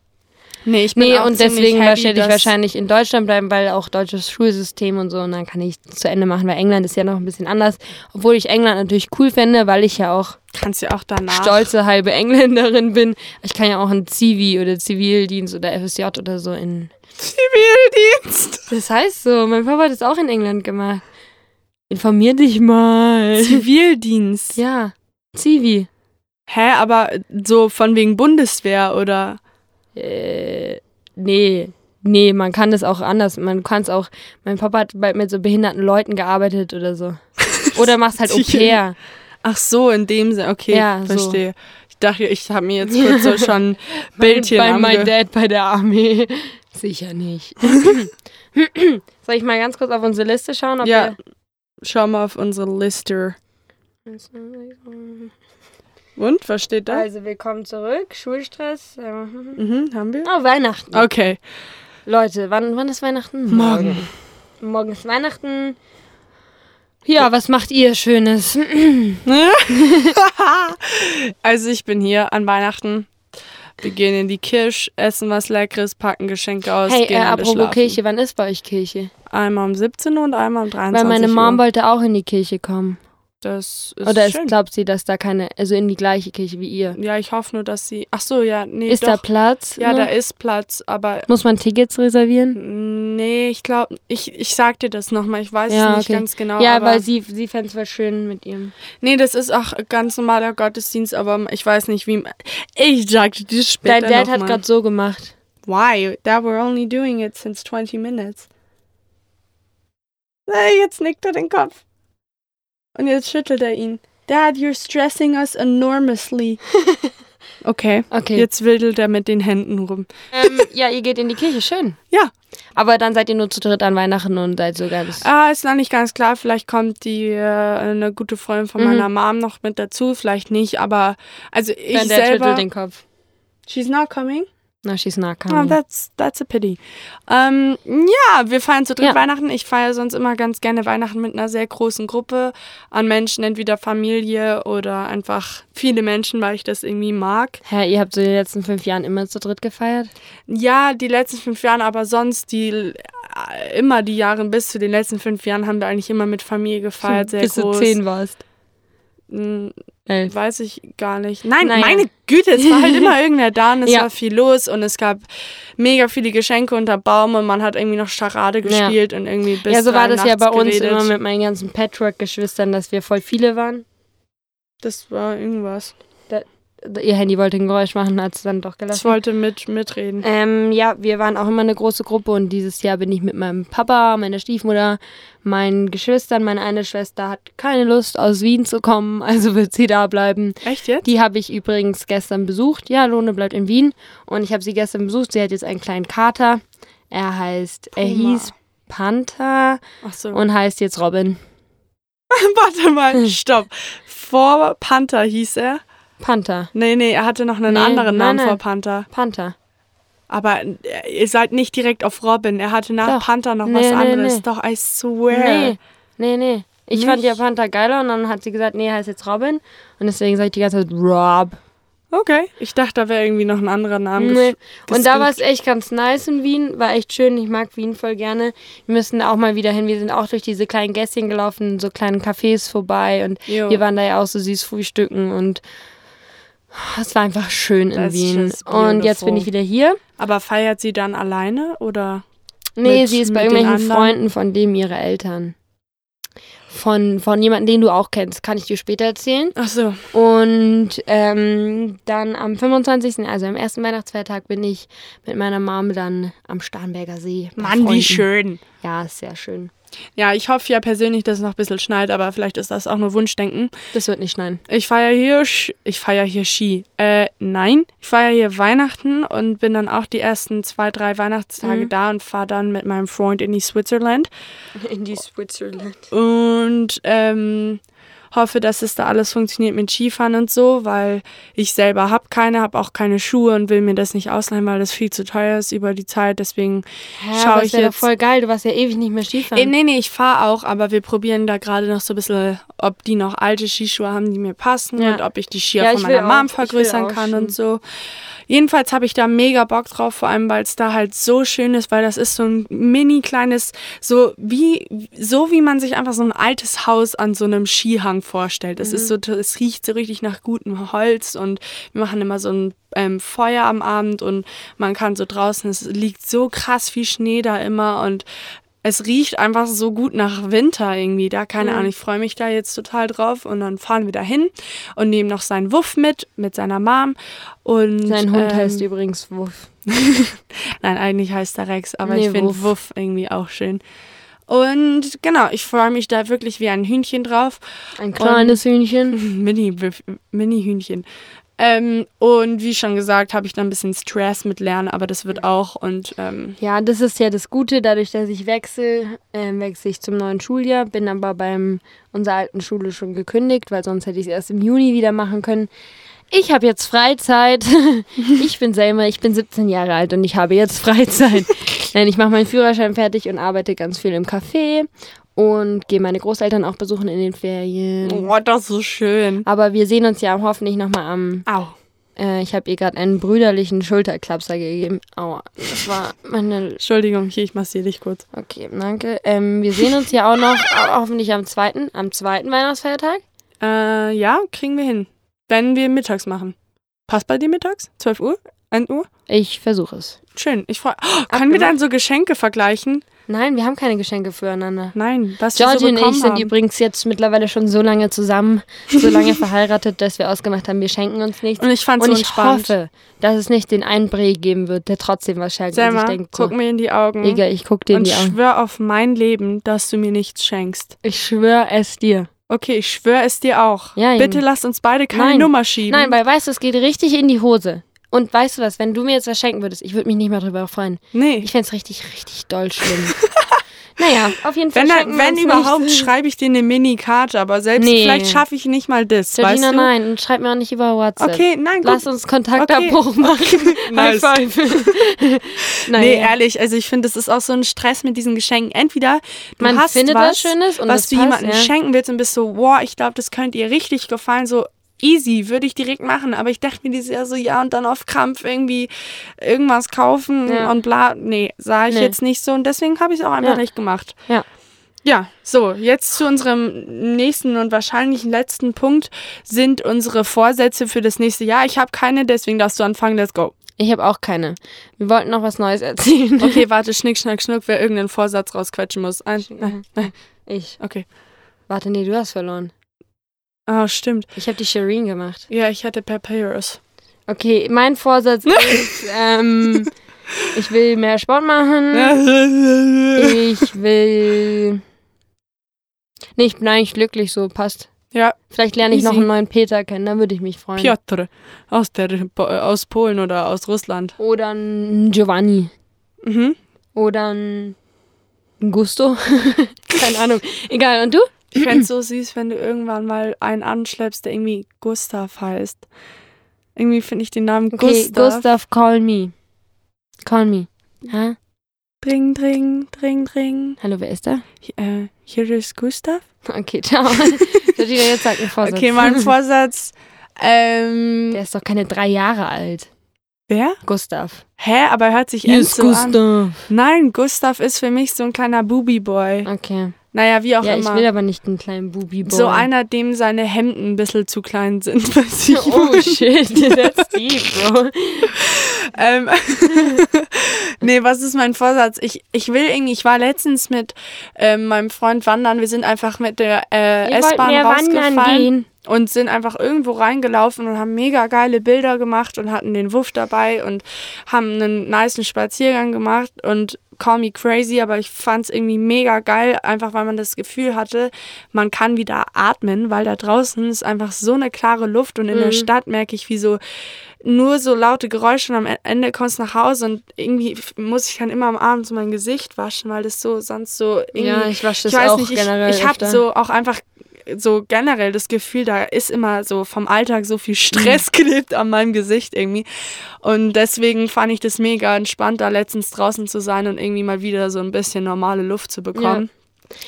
[SPEAKER 3] Nee, ich bin
[SPEAKER 2] Nee,
[SPEAKER 3] auch
[SPEAKER 2] und
[SPEAKER 3] ziemlich
[SPEAKER 2] deswegen
[SPEAKER 3] happy,
[SPEAKER 2] werde ich
[SPEAKER 3] dass-
[SPEAKER 2] wahrscheinlich in Deutschland bleiben, weil auch deutsches Schulsystem und so. Und dann kann ich zu Ende machen, weil England ist ja noch ein bisschen anders. Obwohl ich England natürlich cool fände, weil ich ja auch
[SPEAKER 3] Kannst ja auch danach.
[SPEAKER 2] stolze halbe Engländerin bin. Ich kann ja auch einen Zivi oder Zivildienst oder FSJ oder so in.
[SPEAKER 3] Zivildienst.
[SPEAKER 2] Das heißt so, mein Papa hat das auch in England gemacht. Informier dich mal.
[SPEAKER 3] Zivildienst.
[SPEAKER 2] Ja, Zivi.
[SPEAKER 3] Hä, aber so von wegen Bundeswehr oder?
[SPEAKER 2] Äh, nee. Nee, man kann das auch anders. Man kann es auch. Mein Papa hat bald mit so behinderten Leuten gearbeitet oder so. Oder machst halt Au-pair.
[SPEAKER 3] Ach so, in dem Sinne, okay,
[SPEAKER 2] Ja, so.
[SPEAKER 3] verstehe. Ich dachte, ich habe mir jetzt kurz so schon ein Bildchen
[SPEAKER 2] Bei My
[SPEAKER 3] ange-
[SPEAKER 2] Dad bei der Armee. Sicher nicht. Soll ich mal ganz kurz auf unsere Liste schauen? Ob
[SPEAKER 3] Ja, schau mal auf unsere Liste.
[SPEAKER 2] wir-
[SPEAKER 3] Und, was steht da?
[SPEAKER 2] Also, willkommen zurück. Schulstress. äh,
[SPEAKER 3] Mhm, haben wir?
[SPEAKER 2] Oh, Weihnachten.
[SPEAKER 3] Okay.
[SPEAKER 2] Leute, wann, wann ist Weihnachten?
[SPEAKER 3] Ah. Morgen.
[SPEAKER 2] Morgen ist Weihnachten. Ja, was macht ihr Schönes?
[SPEAKER 3] Also ich bin hier an Weihnachten. Wir gehen in die Kirche, essen was Leckeres, packen Geschenke aus,
[SPEAKER 2] Hey, äh,
[SPEAKER 3] gehen alle
[SPEAKER 2] apropos
[SPEAKER 3] schlafen.
[SPEAKER 2] Kirche, wann ist bei euch Kirche?
[SPEAKER 3] Einmal um 17 Uhr und einmal um 23
[SPEAKER 2] Weil meine Mom
[SPEAKER 3] Uhr.
[SPEAKER 2] wollte auch in die Kirche kommen.
[SPEAKER 3] Das ist
[SPEAKER 2] Oder ist,
[SPEAKER 3] schön.
[SPEAKER 2] glaubt sie, dass da keine, also in die gleiche Kirche wie ihr?
[SPEAKER 3] Ja, ich hoffe nur, dass sie... Ach so, ja, nee,
[SPEAKER 2] ist da
[SPEAKER 3] doch.
[SPEAKER 2] Platz?
[SPEAKER 3] Ja,
[SPEAKER 2] noch?
[SPEAKER 3] da ist Platz, aber
[SPEAKER 2] Muss man Tickets reservieren?
[SPEAKER 3] Nee, ich glaube, ich, ich sag dir das nochmal, ich weiß
[SPEAKER 2] Ja,
[SPEAKER 3] es nicht
[SPEAKER 2] okay.
[SPEAKER 3] ganz genau.
[SPEAKER 2] ja,
[SPEAKER 3] aber
[SPEAKER 2] weil sie, sie fände es voll schön mit ihrem.
[SPEAKER 3] Nee, das ist auch ganz normaler Gottesdienst, aber ich weiß nicht, wie. Ich sag dir das später.
[SPEAKER 2] Dein Dad
[SPEAKER 3] noch
[SPEAKER 2] hat
[SPEAKER 3] mal.
[SPEAKER 2] gerade so gemacht.
[SPEAKER 3] Why? That we're only doing it since 20 minutes. Nee, jetzt nickt er den Kopf. Und jetzt schüttelt er ihn. Dad, you're stressing us enormously. Okay.
[SPEAKER 2] Okay.
[SPEAKER 3] Jetzt wedelt er mit den Händen rum.
[SPEAKER 2] Ähm, ja, ihr geht in die Kirche, schön.
[SPEAKER 3] Ja.
[SPEAKER 2] Aber dann seid ihr nur zu dritt an Weihnachten und seid so ganz.
[SPEAKER 3] Ah, ist noch nicht ganz klar. Vielleicht kommt die äh, eine gute Freundin von
[SPEAKER 2] Mhm.
[SPEAKER 3] meiner Mom noch mit dazu, vielleicht nicht. Aber also ich
[SPEAKER 2] Dein Dad
[SPEAKER 3] selber.
[SPEAKER 2] schüttelt den Mhm. Kopf.
[SPEAKER 3] She's not coming.
[SPEAKER 2] Na, she's not
[SPEAKER 3] Oh,
[SPEAKER 2] coming.
[SPEAKER 3] that's that's a pity. Ähm, ja, wir feiern zu dritt
[SPEAKER 2] Ja.
[SPEAKER 3] Weihnachten. Ich feiere sonst immer ganz gerne Weihnachten mit einer sehr großen Gruppe an Menschen, entweder Familie oder einfach viele Menschen, weil ich das irgendwie mag.
[SPEAKER 2] Hä, ihr habt so die letzten fünf Jahren immer zu dritt gefeiert?
[SPEAKER 3] Ja, die letzten fünf Jahre, aber sonst die äh, immer die Jahre bis zu den letzten fünf Jahren haben wir eigentlich immer mit Familie gefeiert. Sehr
[SPEAKER 2] Bis
[SPEAKER 3] groß.
[SPEAKER 2] du zehn warst.
[SPEAKER 3] Mm,
[SPEAKER 2] Elf.
[SPEAKER 3] Weiß ich gar nicht. Nein,
[SPEAKER 2] Naja.
[SPEAKER 3] meine Güte, es war halt immer irgendwer da und es
[SPEAKER 2] Ja.
[SPEAKER 3] war viel los und es gab mega viele Geschenke unter Baum und man hat irgendwie noch Charade gespielt und irgendwie bis
[SPEAKER 2] Ja, so war
[SPEAKER 3] drei
[SPEAKER 2] das ja
[SPEAKER 3] nachts
[SPEAKER 2] bei uns
[SPEAKER 3] geredet.
[SPEAKER 2] immer mit meinen ganzen Patchwork-Geschwistern, dass wir voll viele waren.
[SPEAKER 3] Das war irgendwas.
[SPEAKER 2] Ihr Handy wollte ein Geräusch machen, hat es dann doch
[SPEAKER 3] Das
[SPEAKER 2] gelassen.
[SPEAKER 3] wollte mit, mitreden.
[SPEAKER 2] Ähm, ja, wir waren auch immer eine große Gruppe und dieses Jahr bin ich mit meinem Papa, meiner Stiefmutter, meinen Geschwistern. Meine eine Schwester hat keine Lust, aus Wien zu kommen, also wird sie da bleiben.
[SPEAKER 3] Echt jetzt?
[SPEAKER 2] Die habe ich übrigens gestern besucht. Ja, Lone bleibt in Wien. Und ich habe sie gestern besucht. Sie hat jetzt einen kleinen Kater. Er heißt, er
[SPEAKER 3] Puma.
[SPEAKER 2] hieß Panther
[SPEAKER 3] Ach so.
[SPEAKER 2] und heißt jetzt Robin.
[SPEAKER 3] Warte mal, stopp. Vor Panther hieß er.
[SPEAKER 2] Panther.
[SPEAKER 3] Nee, nee, er hatte noch einen
[SPEAKER 2] Nee,
[SPEAKER 3] anderen
[SPEAKER 2] nein,
[SPEAKER 3] Namen
[SPEAKER 2] nein.
[SPEAKER 3] vor Panther.
[SPEAKER 2] Panther.
[SPEAKER 3] Aber äh, ihr seid nicht direkt auf Robin. Er hatte nach
[SPEAKER 2] Doch.
[SPEAKER 3] Panther noch
[SPEAKER 2] Nee,
[SPEAKER 3] was
[SPEAKER 2] nee,
[SPEAKER 3] anderes.
[SPEAKER 2] nee.
[SPEAKER 3] Doch, I swear.
[SPEAKER 2] Nee, nee, nee. Ich
[SPEAKER 3] Nicht?
[SPEAKER 2] fand ja Panther geiler und dann hat sie gesagt, nee, heißt jetzt Robin. Und deswegen sage ich die ganze Zeit Rob.
[SPEAKER 3] Okay. Ich dachte, da wäre irgendwie noch ein anderer Name.
[SPEAKER 2] Nee.
[SPEAKER 3] gesch-
[SPEAKER 2] Und da
[SPEAKER 3] gesneakt.
[SPEAKER 2] war es echt ganz nice in Wien, war echt schön. Ich mag Wien voll gerne. Wir müssen da auch mal wieder hin. Wir sind auch durch diese kleinen Gässchen gelaufen, so kleinen Cafés vorbei und
[SPEAKER 3] Jo.
[SPEAKER 2] wir waren da ja auch so süß frühstücken und es war einfach schön in
[SPEAKER 3] That's
[SPEAKER 2] Wien.
[SPEAKER 3] just
[SPEAKER 2] Und jetzt bin
[SPEAKER 3] beautiful.
[SPEAKER 2] ich wieder hier.
[SPEAKER 3] Aber feiert sie dann alleine oder?
[SPEAKER 2] Nee,
[SPEAKER 3] Mit-
[SPEAKER 2] sie ist bei
[SPEAKER 3] mit den
[SPEAKER 2] irgendwelchen
[SPEAKER 3] anderen?
[SPEAKER 2] Freunden von dem ihre Eltern. Von, von jemandem, den du auch kennst, kann ich dir später erzählen.
[SPEAKER 3] Ach so.
[SPEAKER 2] Und ähm, dann am 25., also am ersten Weihnachtsfeiertag, bin ich mit meiner Mom dann am Starnberger See. bei
[SPEAKER 3] Mann,
[SPEAKER 2] Freunden.
[SPEAKER 3] wie schön.
[SPEAKER 2] Ja, ist sehr schön.
[SPEAKER 3] Ja, ich hoffe ja persönlich, dass es noch ein bisschen schneit, aber vielleicht ist das auch nur Wunschdenken.
[SPEAKER 2] Das wird nicht schneien.
[SPEAKER 3] Ich feiere hier, Sch- ich feiere hier Ski. Äh, nein, ich feiere hier Weihnachten und bin dann auch die ersten zwei, drei Weihnachtstage
[SPEAKER 2] Mhm.
[SPEAKER 3] da und fahre dann mit meinem Freund in die Switzerland
[SPEAKER 2] In die Switzerland.
[SPEAKER 3] und ähm, hoffe, dass es da alles funktioniert mit Skifahren und so, weil ich selber habe keine, habe auch keine Schuhe und will mir das nicht ausleihen, weil das viel zu teuer ist über die Zeit. Deswegen
[SPEAKER 2] Ja,
[SPEAKER 3] Schau
[SPEAKER 2] aber
[SPEAKER 3] ich
[SPEAKER 2] ist ja doch
[SPEAKER 3] jetzt-
[SPEAKER 2] voll geil. Du warst ja ewig nicht mehr Skifahren.
[SPEAKER 3] Äh, nee, nee, ich fahre auch, aber wir probieren da gerade noch so ein bisschen, ob die noch alte Skischuhe haben, die mir passen
[SPEAKER 2] Ja.
[SPEAKER 3] und ob ich die Skier
[SPEAKER 2] Ja,
[SPEAKER 3] von
[SPEAKER 2] ich will
[SPEAKER 3] meiner Mom
[SPEAKER 2] auch. Ich will
[SPEAKER 3] vergrößern
[SPEAKER 2] auch
[SPEAKER 3] kann
[SPEAKER 2] schon.
[SPEAKER 3] und so. Jedenfalls habe ich da mega Bock drauf, vor allem weil es da halt so schön ist, weil das ist so ein mini kleines, so wie, so wie man sich einfach so ein altes Haus an so einem Skihang vorstellt. Es ist so, es riecht so richtig nach gutem Holz und wir machen immer so ein ähm, Feuer am Abend und man kann so draußen, es liegt so krass viel Schnee da immer und es riecht einfach so gut nach Winter irgendwie da. Keine Ahnung, ich freue mich da jetzt total drauf. Und dann fahren wir da hin und nehmen noch seinen Wuff mit, mit seiner Mom. Und,
[SPEAKER 2] Sein Hund
[SPEAKER 3] ähm,
[SPEAKER 2] heißt übrigens Wuff.
[SPEAKER 3] Nein, eigentlich heißt er Rex, aber
[SPEAKER 2] Nee,
[SPEAKER 3] ich finde
[SPEAKER 2] Wuff.
[SPEAKER 3] Wuff irgendwie auch schön. Und genau, ich freue mich da wirklich wie ein Hühnchen drauf.
[SPEAKER 2] Ein kleines Hühnchen.
[SPEAKER 3] Mini-Hühnchen. ähm, und wie schon gesagt, habe ich da ein bisschen Stress mit Lernen, aber das wird auch. Und ähm,
[SPEAKER 2] Ja, das ist ja das Gute. Dadurch, dass ich wechsle, ähm, wechsle ich zum neuen Schuljahr, bin aber beim unserer alten Schule schon gekündigt, weil sonst hätte ich es erst im Juni wieder machen können. Ich habe jetzt Freizeit. Ich bin Selma, ich bin 17 Jahre alt und ich habe jetzt Freizeit. Nein, ich mache meinen Führerschein fertig und arbeite ganz viel im Café und gehe meine Großeltern auch besuchen in den Ferien.
[SPEAKER 3] oh, das ist so schön.
[SPEAKER 2] Aber wir sehen uns ja hoffentlich nochmal am
[SPEAKER 3] Au.
[SPEAKER 2] Äh, ich habe ihr gerade einen brüderlichen Schulterklapser gegeben. Aua, das war meine.
[SPEAKER 3] Entschuldigung, hier, ich massiere dich kurz.
[SPEAKER 2] Okay, danke. Ähm, wir sehen uns ja auch noch, au- hoffentlich am zweiten, am zweiten Weihnachtsfeiertag.
[SPEAKER 3] Äh, ja, kriegen wir hin. Wenn wir mittags machen. Passt bei dir mittags? 12 Uhr? 1 Uhr?
[SPEAKER 2] Ich versuche es.
[SPEAKER 3] Schön. Ich freue. Oh, können wir
[SPEAKER 2] genau.
[SPEAKER 3] dann so Geschenke vergleichen?
[SPEAKER 2] Nein, wir haben keine Geschenke füreinander.
[SPEAKER 3] Nein, was wir so
[SPEAKER 2] Georgie und
[SPEAKER 3] bekommen
[SPEAKER 2] ich sind
[SPEAKER 3] haben.
[SPEAKER 2] übrigens jetzt mittlerweile schon so lange zusammen, so lange verheiratet, dass wir ausgemacht haben, wir schenken uns nichts.
[SPEAKER 3] Und ich fand's
[SPEAKER 2] Und
[SPEAKER 3] so
[SPEAKER 2] ich
[SPEAKER 3] entspannt.
[SPEAKER 2] hoffe, dass es nicht den einen Brei geben wird, der trotzdem was schenkt. und
[SPEAKER 3] Selma,
[SPEAKER 2] sich denkt,
[SPEAKER 3] guck
[SPEAKER 2] so,
[SPEAKER 3] mir in die Augen.
[SPEAKER 2] Digga, ich guck dir in
[SPEAKER 3] und
[SPEAKER 2] die Augen.
[SPEAKER 3] schwör auf mein Leben, dass du mir nichts schenkst.
[SPEAKER 2] Ich schwör es dir.
[SPEAKER 3] Okay, ich schwör es dir auch.
[SPEAKER 2] Ja,
[SPEAKER 3] Bitte
[SPEAKER 2] Junge.
[SPEAKER 3] lasst uns beide keine
[SPEAKER 2] Nein.
[SPEAKER 3] Nummer schieben.
[SPEAKER 2] Nein, weil weißt du, es geht richtig in die Hose. Und weißt du was, wenn du mir jetzt was schenken würdest, ich würde mich nicht mehr drüber freuen.
[SPEAKER 3] nee.
[SPEAKER 2] Ich fänd's richtig, richtig doll schlimm. naja, auf jeden Fall.
[SPEAKER 3] wenn
[SPEAKER 2] schenken
[SPEAKER 3] dann,
[SPEAKER 2] wir
[SPEAKER 3] wenn
[SPEAKER 2] uns
[SPEAKER 3] überhaupt,
[SPEAKER 2] nichts.
[SPEAKER 3] schreibe ich dir eine Mini-Karte, aber selbst
[SPEAKER 2] Nee.
[SPEAKER 3] vielleicht schaffe ich nicht mal das, weißt
[SPEAKER 2] Georgina,
[SPEAKER 3] du?
[SPEAKER 2] nein, und schreib mir auch nicht über WhatsApp.
[SPEAKER 3] Okay, nein, guck.
[SPEAKER 2] Lass uns Kontaktabbruch
[SPEAKER 3] Okay.
[SPEAKER 2] machen.
[SPEAKER 3] Nice.
[SPEAKER 2] High five. naja.
[SPEAKER 3] Nee, ehrlich, also ich finde, das ist auch so ein Stress mit diesen Geschenken. Entweder du
[SPEAKER 2] Man
[SPEAKER 3] hast
[SPEAKER 2] findet
[SPEAKER 3] was,
[SPEAKER 2] was Schönes und
[SPEAKER 3] was
[SPEAKER 2] das
[SPEAKER 3] du
[SPEAKER 2] passt,
[SPEAKER 3] jemandem
[SPEAKER 2] ja.
[SPEAKER 3] schenken willst und bist so, wow, ich glaube, das könnte ihr richtig gefallen, so easy, würde ich direkt machen. Aber ich dachte mir dieses Jahr so, ja, und dann auf Krampf irgendwie irgendwas kaufen
[SPEAKER 2] Ja.
[SPEAKER 3] und bla. Nee, sah ich
[SPEAKER 2] Nee.
[SPEAKER 3] jetzt nicht so und deswegen habe ich es auch einfach
[SPEAKER 2] Ja.
[SPEAKER 3] nicht gemacht.
[SPEAKER 2] Ja.
[SPEAKER 3] Ja, so, jetzt zu unserem nächsten und wahrscheinlich letzten Punkt sind unsere Vorsätze für das nächste Jahr. Ich habe keine, deswegen darfst du anfangen, let's go.
[SPEAKER 2] Ich habe auch keine. Wir wollten noch was Neues erzählen.
[SPEAKER 3] Okay, warte, schnick, schnack, schnuck, wer irgendeinen Vorsatz rausquetschen muss. Ein, nein, nein,
[SPEAKER 2] Ich.
[SPEAKER 3] okay.
[SPEAKER 2] Warte, nee, du hast verloren.
[SPEAKER 3] Ah, stimmt.
[SPEAKER 2] Ich habe die Shireen gemacht.
[SPEAKER 3] Ja, ich hatte Papyrus.
[SPEAKER 2] Okay, mein Vorsatz ist, ähm, ich will mehr Sport machen.
[SPEAKER 3] Ja,
[SPEAKER 2] Ich will. Nee, ich bin eigentlich glücklich, so passt. Vielleicht lerne ich noch
[SPEAKER 3] Easy.
[SPEAKER 2] einen neuen Peter kennen, dann würde ich mich freuen.
[SPEAKER 3] Piotr aus, der, Po- äh, aus Polen oder aus Russland.
[SPEAKER 2] Oder einen Giovanni.
[SPEAKER 3] Mhm.
[SPEAKER 2] Oder einen Gusto. Keine Ahnung. Egal, und du?
[SPEAKER 3] Ich fände es so süß, wenn du irgendwann mal einen anschleppst, der irgendwie Gustav heißt. Irgendwie finde ich den Namen
[SPEAKER 2] Okay,
[SPEAKER 3] Gustav.
[SPEAKER 2] Gustav, call me. Call me. Ha?
[SPEAKER 3] Dring, dring, dring, dring.
[SPEAKER 2] Hallo, wer ist da?
[SPEAKER 3] Hi- Äh, hier ist Gustav.
[SPEAKER 2] Okay, ciao. Georgina, jetzt sag einen Vorsatz.
[SPEAKER 3] Okay, mein Vorsatz. Ähm,
[SPEAKER 2] Der ist doch keine drei Jahre alt.
[SPEAKER 3] wer?
[SPEAKER 2] Gustav.
[SPEAKER 3] Hä, aber hört sich ernst so an.
[SPEAKER 2] Gustav.
[SPEAKER 3] Nein, Gustav ist für mich so ein kleiner Booby-Boy.
[SPEAKER 2] Okay.
[SPEAKER 3] Naja, wie auch
[SPEAKER 2] ja, ich
[SPEAKER 3] immer.
[SPEAKER 2] will aber nicht einen kleinen Bubi.
[SPEAKER 3] so einer, dem seine Hemden ein bisschen zu klein sind. Weiß ich
[SPEAKER 2] Oh shit, that's deep, bro.
[SPEAKER 3] Ähm, nee, was ist mein Vorsatz? Ich, ich will irgendwie, ich war letztens mit ähm, meinem Freund wandern. Wir sind einfach mit der äh,
[SPEAKER 2] Wir wollten
[SPEAKER 3] S-Bahn
[SPEAKER 2] ja
[SPEAKER 3] rausgefallen
[SPEAKER 2] wandern gehen.
[SPEAKER 3] und sind einfach irgendwo reingelaufen und haben mega geile Bilder gemacht und hatten den Wuff dabei und haben einen niceen Spaziergang gemacht und call me crazy, aber ich fand es irgendwie mega geil, einfach weil man das Gefühl hatte, man kann wieder atmen, weil da draußen ist einfach so eine klare Luft und in der Stadt merke ich, wie so nur so laute Geräusche und am E-, Ende kommst du nach Hause und irgendwie f- muss ich dann immer am Abend so mein Gesicht waschen, weil das so sonst so irgendwie,
[SPEAKER 2] Ja, ich wasche das
[SPEAKER 3] weiß
[SPEAKER 2] auch
[SPEAKER 3] nicht, ich,
[SPEAKER 2] generell
[SPEAKER 3] ich habe
[SPEAKER 2] öfter.
[SPEAKER 3] so auch einfach so generell das Gefühl, da ist immer so vom Alltag so viel Stress klebt an meinem Gesicht irgendwie. Und deswegen fand ich das mega entspannt, da letztens draußen zu sein und irgendwie mal wieder so ein bisschen normale Luft zu bekommen.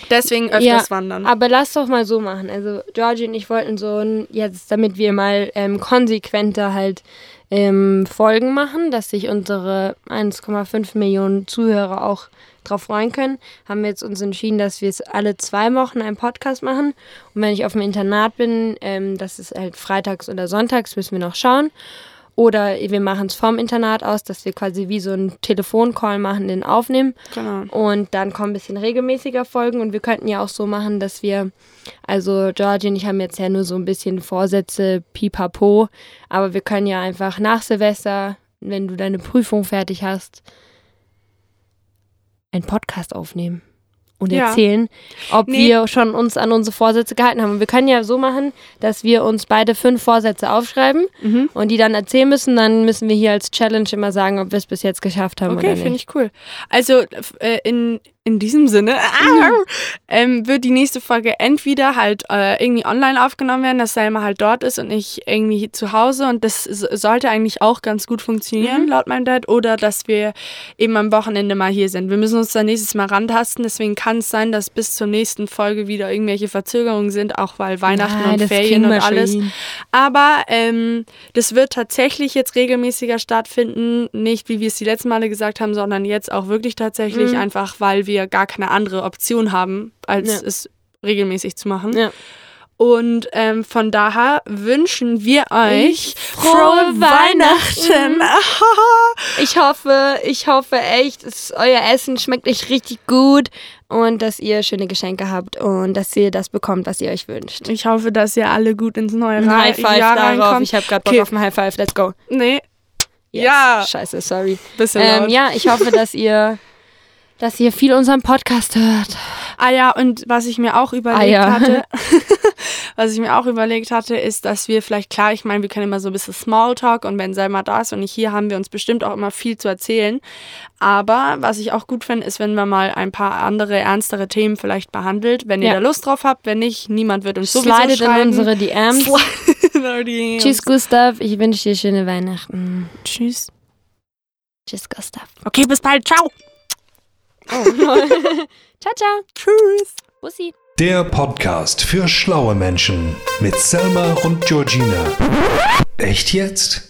[SPEAKER 3] Deswegen öfters wandern.
[SPEAKER 2] Aber lass doch mal so machen. Also Georgie und ich wollten so ein, jetzt, damit wir mal ähm, konsequenter halt ähm, Folgen machen, dass sich unsere 1,5 Millionen Zuhörer auch drauf freuen können, haben wir jetzt uns entschieden, dass wir es alle zwei Wochen einen Podcast machen. Und wenn ich auf dem Internat bin, ähm, das ist halt freitags oder sonntags, müssen wir noch schauen. Oder wir machen es vom Internat aus, dass wir quasi wie so einen Telefoncall machen, den aufnehmen.
[SPEAKER 3] Genau.
[SPEAKER 2] Und dann kommen ein bisschen regelmäßiger Folgen. Und wir könnten ja auch so machen, dass wir, also Georgie und ich haben jetzt ja nur so ein bisschen Vorsätze, pipapo. Aber wir können ja einfach nach Silvester, wenn du deine Prüfung fertig hast, einen Podcast aufnehmen. und
[SPEAKER 3] Ja.
[SPEAKER 2] erzählen, ob
[SPEAKER 3] Nee.
[SPEAKER 2] wir schon uns an unsere Vorsätze gehalten haben. Und wir können ja so machen, dass wir uns beide fünf Vorsätze aufschreiben und die dann erzählen müssen. Dann müssen wir hier als Challenge immer sagen, ob wir es bis jetzt geschafft haben
[SPEAKER 3] Okay,
[SPEAKER 2] oder
[SPEAKER 3] finde
[SPEAKER 2] nicht.
[SPEAKER 3] ich cool. Also f- äh, in, in diesem Sinne ah, ähm, wird die nächste Folge entweder halt äh, irgendwie online aufgenommen werden, dass Selma halt dort ist und ich irgendwie zu Hause und das so- sollte eigentlich auch ganz gut funktionieren,
[SPEAKER 2] Mhm.
[SPEAKER 3] laut meinem Dad, oder dass wir eben am Wochenende mal hier sind. Wir müssen uns dann nächstes Mal rantasten, deswegen kann es sein, dass bis zur nächsten Folge wieder irgendwelche Verzögerungen sind, auch weil Weihnachten
[SPEAKER 2] Nein,
[SPEAKER 3] und
[SPEAKER 2] das
[SPEAKER 3] Ferien
[SPEAKER 2] kriegen
[SPEAKER 3] und
[SPEAKER 2] wir schon
[SPEAKER 3] alles.
[SPEAKER 2] hin.
[SPEAKER 3] Aber ähm, das wird tatsächlich jetzt regelmäßiger stattfinden. Nicht, wie wir es die letzten Male gesagt haben, sondern jetzt auch wirklich tatsächlich,
[SPEAKER 2] Mhm.
[SPEAKER 3] einfach weil wir gar keine andere Option haben, als
[SPEAKER 2] Ja.
[SPEAKER 3] es regelmäßig zu machen.
[SPEAKER 2] Ja.
[SPEAKER 3] Und ähm, von daher wünschen wir euch
[SPEAKER 2] frohe Weihnachten. Ich hoffe, ich hoffe echt, es, euer Essen schmeckt euch richtig gut und dass ihr schöne Geschenke habt und dass ihr das bekommt, was ihr euch wünscht.
[SPEAKER 3] Ich hoffe, dass ihr alle gut ins neue
[SPEAKER 2] Ein
[SPEAKER 3] Ra-
[SPEAKER 2] High Five
[SPEAKER 3] Jahr
[SPEAKER 2] darauf.
[SPEAKER 3] reinkommt.
[SPEAKER 2] Ich habe gerade Bock
[SPEAKER 3] Okay.
[SPEAKER 2] auf ein High Five. Let's go.
[SPEAKER 3] nee, Ja.
[SPEAKER 2] Scheiße, sorry.
[SPEAKER 3] bisschen
[SPEAKER 2] Ähm,
[SPEAKER 3] laut.
[SPEAKER 2] ja, ich hoffe, dass ihr, dass ihr viel unseren Podcast hört.
[SPEAKER 3] Ah ja, und was ich mir auch überlegt
[SPEAKER 2] Ah ja.
[SPEAKER 3] hatte, was ich mir auch überlegt hatte, ist, dass wir vielleicht, klar, ich meine, wir können immer so ein bisschen Smalltalk und wenn Selma da ist und ich hier, haben wir uns bestimmt auch immer viel zu erzählen. Aber was ich auch gut finde, ist, wenn wir mal ein paar andere, ernstere Themen vielleicht behandelt, wenn ihr
[SPEAKER 2] Ja.
[SPEAKER 3] da Lust drauf habt, wenn nicht, niemand wird uns sowieso
[SPEAKER 2] Slidet in
[SPEAKER 3] schreiben.
[SPEAKER 2] unsere DMs.
[SPEAKER 3] Slidet in unsere DMs.
[SPEAKER 2] Tschüss, Gustav. Ich wünsche dir schöne Weihnachten.
[SPEAKER 3] Tschüss.
[SPEAKER 2] Tschüss, Gustav.
[SPEAKER 3] Okay, bis bald. Ciao.
[SPEAKER 2] ciao, ciao.
[SPEAKER 3] Tschüss.
[SPEAKER 2] Bussi.
[SPEAKER 1] Der Podcast für schlaue Menschen mit Selma und Georgina. Echt jetzt?